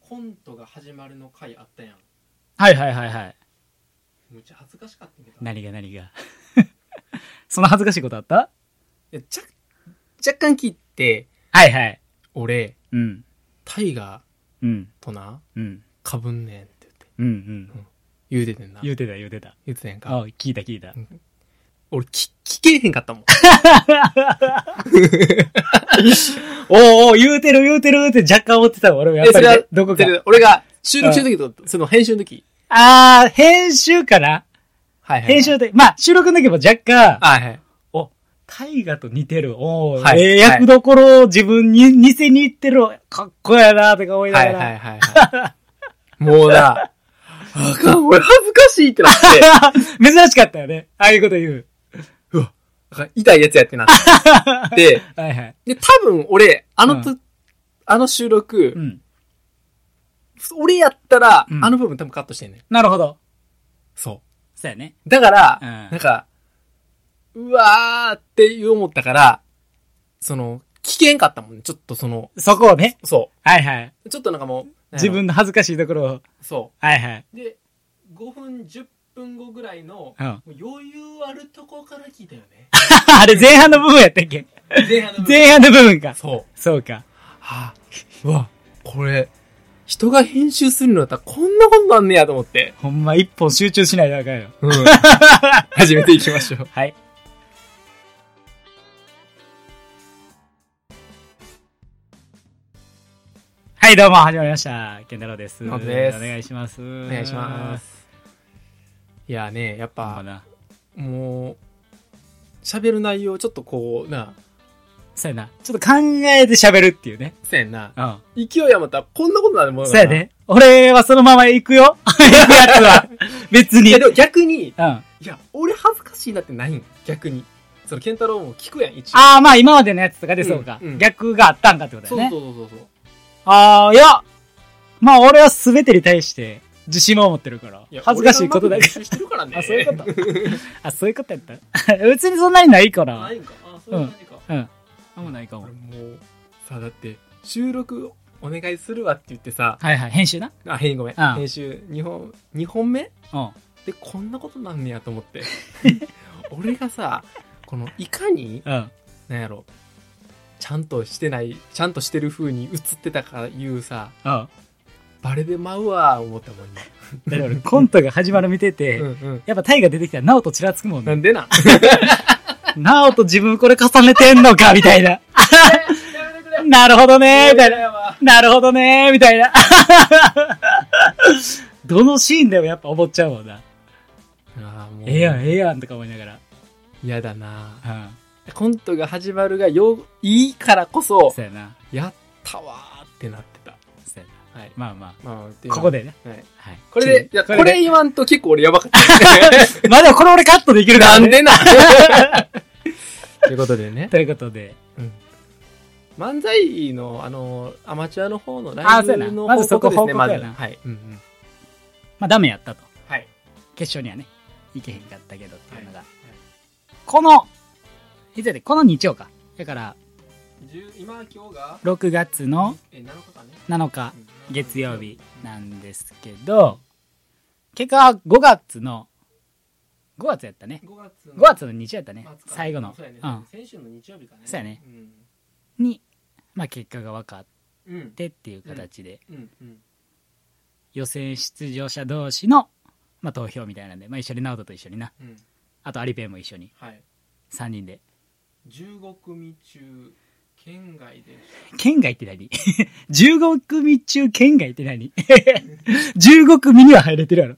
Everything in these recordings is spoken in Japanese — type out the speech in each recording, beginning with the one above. コントが始まるの回あったやんはいはいはいはい。むっちゃ恥ずかしかったんやけど何が何が。 そんな恥ずかしいことあったいやちゃ若干聞いて、はいはい。俺、うん。タイガうん。ーとな、うん。かぶんねんって言って、うんうん。言うててんな。言うてた言うてた。言うてたやんか。あ聞いた聞いた。俺、き、聞けへんかったもん。おおお言うてる言うてるって若干思ってたわ俺もやっえ、そぱりれね、は、どこかそ。れ俺が収録してる時と、その編集の時。あー、編集かなはいはい。編集で、まあ収録の時も若干、はいはい。お、大河と似てる。おー、はいええ役どころを自分に似せに行ってる。かっこやなとか思いなはがいら。はいはいはい。もうな、あかん、俺恥ずかしいってなって、 珍しかったよね。ああいうこと言う。うわ、あかん痛いやつやってなって。 はいはい。で、で、多分俺、あのと、あの収録、うん。俺やったら、うんあの部分多分カットしてんねん。なるほど。そそうやね。う。だから、うんなんか、うわーって思ったから、その、聞けんかったもんね。ちょっとその、そこをね。そはいはい。う。ちょっとなんかもう、自分の恥ずかしいところを。そはいはい。で5分10分後ぐらいの、うん もう余裕あるとこから聞いたよねあれ前半の部分やったっ け前半の部分前半の部分かう。。そう。そうか。はあ、うわ、これ、人が編集するのだったらこんなことなんねやと思って。ほんま一本集中しないとあかんよ。うん。 始めていきましょう。はい。はい、どうも、始まりました。健太郎です。野本ですお願いします。おお。願いしますす。いやね、やっほんまぱ、な。もう、喋る内容ちょっとこう、な、そうやな。ちょっと考えて喋るっていうね。せやんな。うん。勢い余ったらこんなことなんもんそうやね。ね。俺はそのまま行くよ。 行くやつは。別いに。うや、ん。でも逆に、あいや、俺恥ずかしいなってないん。逆に。その、ケンタロウも聞くやん、一応。あー、まあ今までのやつとかでそうか。うんうん逆があったんかってことそだうよそうね。そうそうああ、いや、まあ俺は全てに対して自信を持ってるからいや。恥ずかしいことだ俺けがうまく練習ど。してるからねあ、そういうことあ、そういうことやった別にそんなにないかなら。いんかあそういう感じか、うん。あんまないかも俺。もう、さ、だって、収録お願いするわって言ってさ、はいはい、編集な。あ、編ごめん。うん編集、2本、2本目うん。でこんなことなんねやと思って 俺がさこのいかにうん。なんやろちゃんとしてないちゃんとしてる風に映ってたかいうさうん。バレてまうわ思ったもんね、だから俺コントが始まる見てて、うんうん、やっぱタイが出てきたら、ナオとちらつくもんなね。ん でなんナオと自分これ重ねてんのかみたいな。やめてくれなるほどねみたいな。ななるほどねみたいな。 どのシーンでもやっぱ思っちゃうもんな。あーもうええやん、ええやんとか思いながら。嫌だなうん。コントが始まるがよいいからこそそうやな。やったわーってなってたそうやな。はいまあままああ、ここで、でね。はい、はい。これでいやこれで言わんと結構俺やば かった、まあでもこれ俺カットできるかなら、ね。ん でなんということでねということで。漫才の、あの、アマチュアの方のラあイーそうやブなのまず報そこ告ですね、報まず告やなはい。うんうん。まあダメやったと。はい。決勝にはね、行けへんかったけどっていうのが。この、いつやで、この日曜か。だから、今今日が6月のえ7日かね7日う、ん月曜日なんですけど、結果は5月の、5月やったね。 5月の5月の日曜やったね末。か最後の。そうやねうん。先週の日曜日かねそうやねうんに、まあ結果が分かっうんてっていう形で、うんうん予選出場者同士の、まあ投票みたいなんで、まあ一緒にナオトと一緒にな。うんあとアリペンも一緒に、はい3人で。 15組中県外で県外って何 ?15 組中県外って何 ?15 組には入れてるやろ。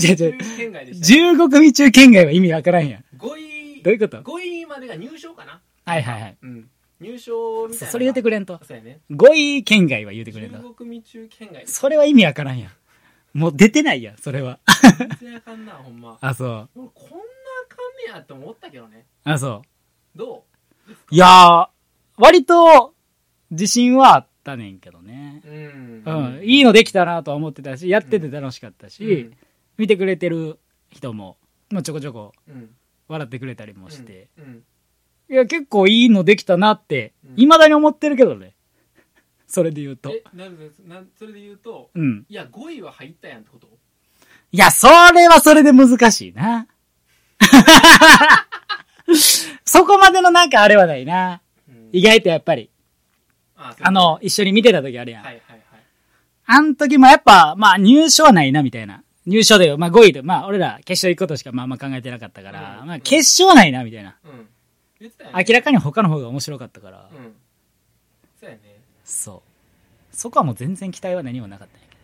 15組 違う違う中県外でした15組中県外は意味わからんやん。 5位どういうこと5位までが入賞かなはいはいはい。うん入賞みたいそなそれ言ってくれんと。そうやね5位県外は言うてくれんと。 15組中県外それは意味わからんやん。もう出てないやん、それは。全然あかんなほんまあ、そう。俺こんなあかんねやと思ったけどねあ、そう。どいやー、割と、自信はあったねんけどね。ううんうん、いいのできたなとは思ってたし、やってて楽しかったし、見てくれてる人も、まあ、ちょこちょこうんうん笑ってくれたりもして、うんいや、結構いいのできたなってうん、未だに思ってるけどね。それで言うと。えなんでなんそれで言うとうん。いや5位は入ったやんってこといや、それはそれで難しいな。 そこまでのなんかあれはないな。うん意外とやっぱり、あそうあの、一緒に見てた時あるやん。はいはいはいあの時もやっぱ、まあ入賞はないな、みたいな。入賞だよ。まあ5位で、まあ俺ら決勝行くことしかまああんま考えてなかったから、うんまあ決勝はないな、みたいな。うん言ってたよね明らかに他の方が面白かったから、うんそうやねそう。そこはもう全然期待は何もなかったんやけ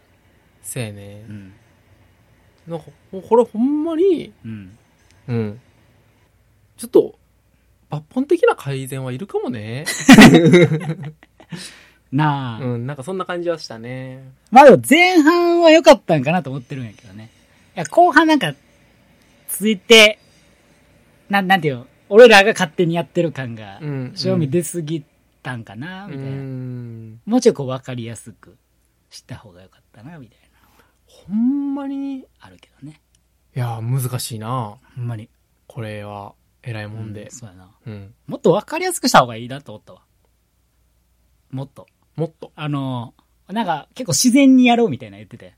せやねど。う。ん。なんか、ほこれほんまに、うん。うん。ちょっと、抜本的な改善はいるかもね。なあ。うん、なんかそんな感じはしたね。まあでも前半は良かったんかなと思ってるんやけどね。いや、後半なんか、続いて、なん、なんていうの、俺らが勝手にやってる感がう、ん。正味出過ぎたんかな、うみたいな。ん。もうちょいこう分かりやすくした方が良かったな、みたいな、ほんまに、いあるけどね。や、難しいな。ほんまに。これは、偉いもんうで。そうやな。うん。もっと分かりやすくした方がいいなと思ったわ。もっと。もっと。あの、なんか、結構自然にやろうみたいな言ってて。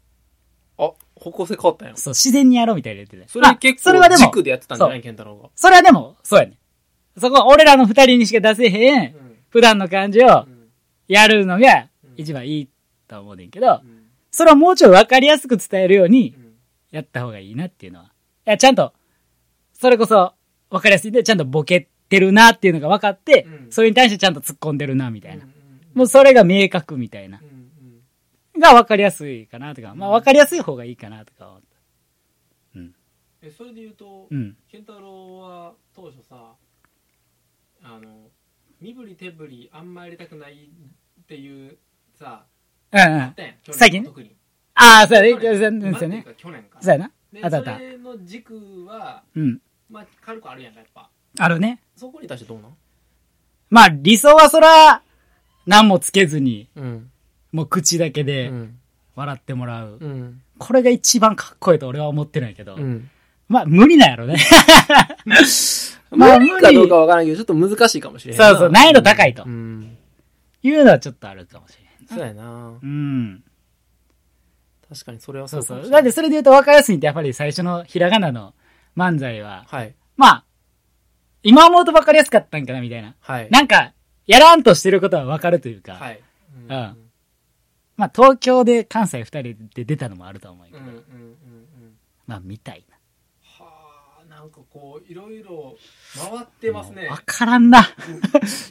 あ、方向性変わったんや。そう、自然にやろうみたいな言ってて。それ結まあそれは構でも軸、でやってたんじゃない健太郎が。それはでも、そうやね。そこは俺らの二人にしか出せへん、うん普段の感じうをんやるのがうん一番いいと思うねんけどう、んそれをもうちょいわかりやすく伝えるようにうんやった方がいいなっていうのは。いや、ちゃんと、それこそわかりやすいんで、ちゃんとボケてるなっていうのが分かって、うんそれに対してちゃんと突っ込んでるなみたいな。うんうんもうそれが明確みたいなう。んうんが分かりやすいかなとか、まあ分かりやすい方がいいかなとか思った。えそれで言うとうん。健太郎は当初さあの身振り手振りあんま入れたくないっていうさうんうん。ああったやん去最近年特にあー、そうやね。去全年然そまあっうやねて。いうか去年かそうやな。であったあったそれの軸はうん。まあ軽くあるやんかやっぱあるね。そこに対してどうなんまあ理想はそら、何もつけずに、うん。もう口だけうでん。笑ってもらう。うん。これが一番かっこいいと俺は思ってないけど。うん。まあ無理なんやろね。 ままああ、無理かどうかわからんけど、ちょっと難しいかもしれんない。そうそう難易度高いとうん。いうのはちょっとあるかもしれない。そうやなうん。確かにそれはそうかそもしう。れなだいってそれで言うと分かりやすいってやっぱり最初のひらがなの漫才は、はい。まあ、今思うと分かりやすかったんかなみたいな。はい。なんか、やらんとしてることは分かるというか、はいうんうんまあ東京で関西二人で出たのもあると思うけうど、んうんうんうんまあみたいな。はあなんかこういろいろ回ってますねもう分からんな。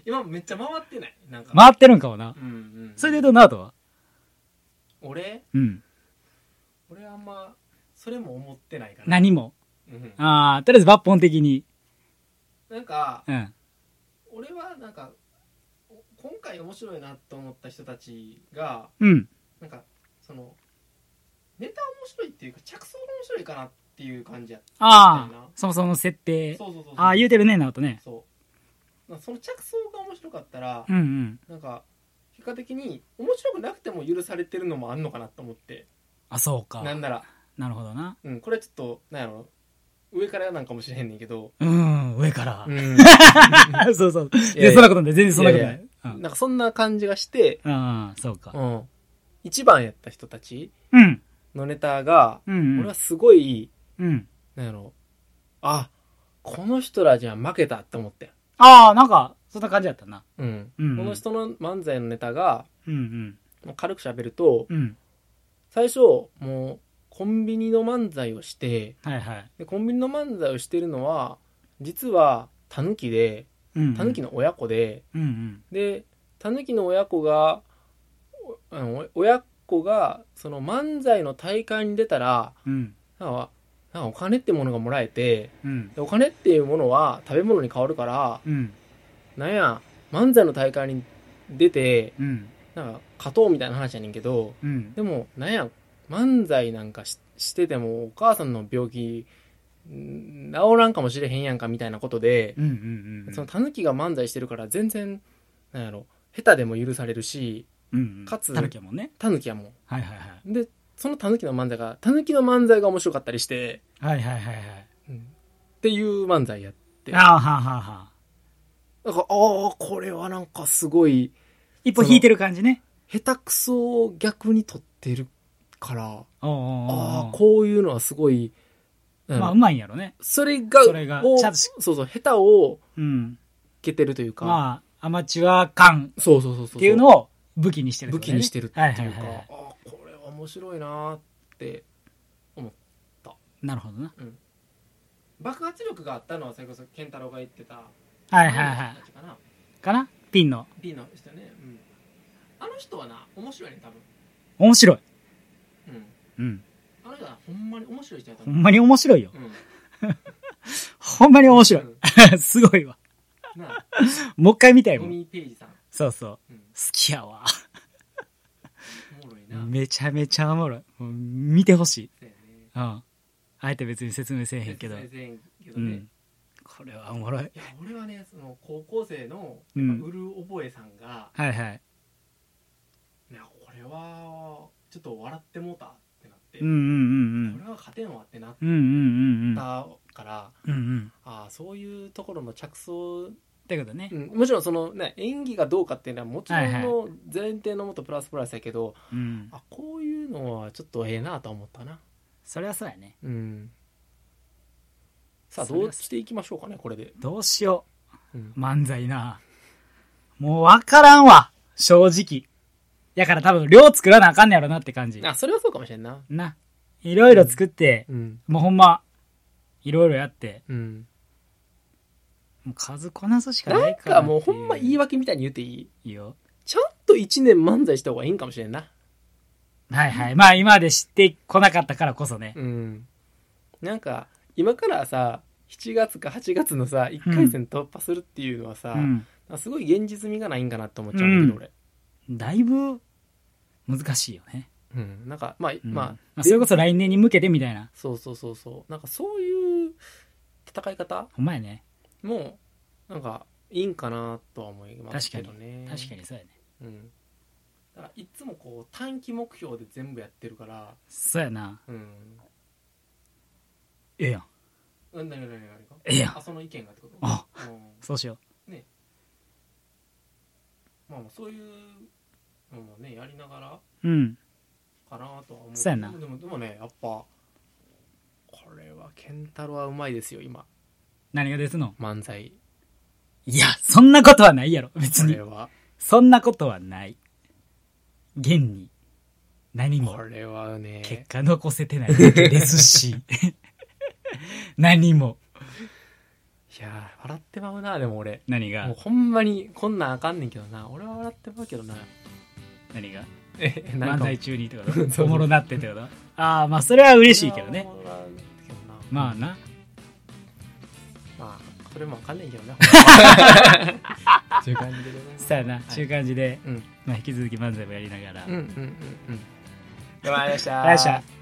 今めっちゃ回ってないなんか回ってるんかもな。うんうんそれでどうなとは俺うん。俺あんまそれも思ってないから何も。うんああ、とりあえず抜本的に。なんかうん。俺はなんかお今回面白いなと思った人たちがうん。なんかそのネタ面白いっていうか着想が面白いかなっていう感じやったあみたいなあ、そもそも設定。そうそうそうそうああ、言うてるね、なおとね。そうなんかその着想が面白かったらうんうん。なんか結果的に面白くなくても許されてるのもあんのかなと思ってあ、そうか。なんなら、なるほどな。うん、これはちょっとなんやろ上からなんかもしれへんねんけど、うん、上から。うん。 そうそう。いやで、そんなことない。全然そんなことないや。うんなんかそんな感じがして、ああ、そうかう。ん。一番やった人たちうん。のネタが、うん。俺はすごい、うん。なんやろ、あ、この人らじゃ負けたって思って。ああ、なんか、そんな感じだったな。うん。うんうん。この人の漫才のネタが、うん軽く喋ると、うん。うん。最初、もう、コンビニの漫才をして、はいはい。でコンビニの漫才をしてるのは、実は、タヌキで、うんうん。タヌキの親子で、うんうん。でタヌキの親子がおあのお親子がその漫才の大会に出たらうん。なんかなんかお金ってものがもらえてうん。でお金っていうものは食べ物に変わるからうん。なんや漫才の大会に出てうん。なんか勝とうみたいな話やねんけどうん。でもなんや漫才なんかししててもお母さんの病気ん治らんかもしれへんやんかみたいなことでうんうんうん。そのタヌキが漫才してるから全然なんやろ下手でも許されるしうんうん。かつたぬきやもんね。タヌキやもはいはいはい。ん。で、そのタヌキの漫才が、タヌキの漫才が面白かったりして、はいはいはいはい。っていう漫才や。でああ、はあはあはあ。だから、ああ、これはなんかすごい、一歩引いてる感じね。下手くそを逆に取ってるから、おうおうおうああ、こういうのはすごい、うんまあ、うまいんやろね。それが、それがをちゃんとしそうそう、下手をうん。いけてるというか、まあ、アマチュア感そうそうそうそう。っていうのを武器にしてる、武器にしてるっていうか、はいはいはいはいああこれは面白いなーってなるほどな。爆発力があったのはそれこそ健太郎が言ってたははいはいは。かないかなピンの。 B の人ね、うん、あの人はな面白いね多分、面白い。うん、うん。あの人はほんまに面白い人やとほ思んまに面白いよう、。うん、ほんまに面白うんい。 すごいわ。なもう一回見たあいゴもん。ミページさん、そうそう。好うん、きやわ。おもろいな、めちゃめちゃおもろい。もう見てほしい。そうやねうん。あえて別に説明せえへんけど。全然けどうね、ん。これはおもろい。いや俺はねその高校生のうやっぱん売る覚えさんが、はいはい。なこれはちょっと笑ってもうたってなって、うんうんうんこれは勝てんわってなっうん。うんうんうんうん。たうんから、うん。ああそういうところの着想、ってことねう。ん、もちろんその、ね、演技がどうかっていうのはもちろんの前提のもとプラスプラスやけど、うん。あこういうのはちょっとええなとは思ったなそれはそうやね。うんさあそれどはうしていきましょうかねこれで、どうしようんう。漫才な。もうわからんわ。正直。やから多分量作らなあかんねやろなって感じ。あそれはそうかもしれんなな。いろいろ作って、うんもうほんま、いろいろやって、うんもう数こなすしかなないんからかもうほんま言いわ。訳みたいに言っていいいいよ。ちゃんと1年漫才した方がいいんかもしれんなはいはい。まあ今まで知ってこなかったからこそね。うんなんか今からさ7月か8月のさ1回戦突破するっていうのはさ、うん。すごい現実味がないんかなって思っちゃうんだけど、う俺、んだいぶ、難しいよね。うん、なんかまあ、うんまあそれこそ来年に向けてみたいな。そうそうそうそうなんかそういう戦い方ほんまやね。もうなんかいいんかなとは思いますけどね確かにそうやね。に、うん、だからいつもこう短期目標で全部やってるからそうやな。うんええやん。うん、何何何何かええやんあその意見がってことあうんそうしよまあまあそういうのもねやりながらう。うん。かなとは思うそうやなでもでもねやっぱこれは健太郎はうまいですよ今何がですの漫才いや、そんなことはないやろ。別こにれ。はそんなことはない。現に、何もこれはね結果残せてないだけです し。何も。いやー笑ってまうなでも俺何もうがほんまにこんなんあかんねんけどな俺は笑ってまうけどな何がえなん漫か才中にってこ そうそとうおもろなってってことああ、まあそれは嬉しいけどね。これは笑うけどなまあな。まあそれもわかんないけ どなという感じでございますさあな、い中間時で、うんまあ引き続き漫才もやりながら。嗯うんうんうんうん。ではありがとうございました。ありがとうございました。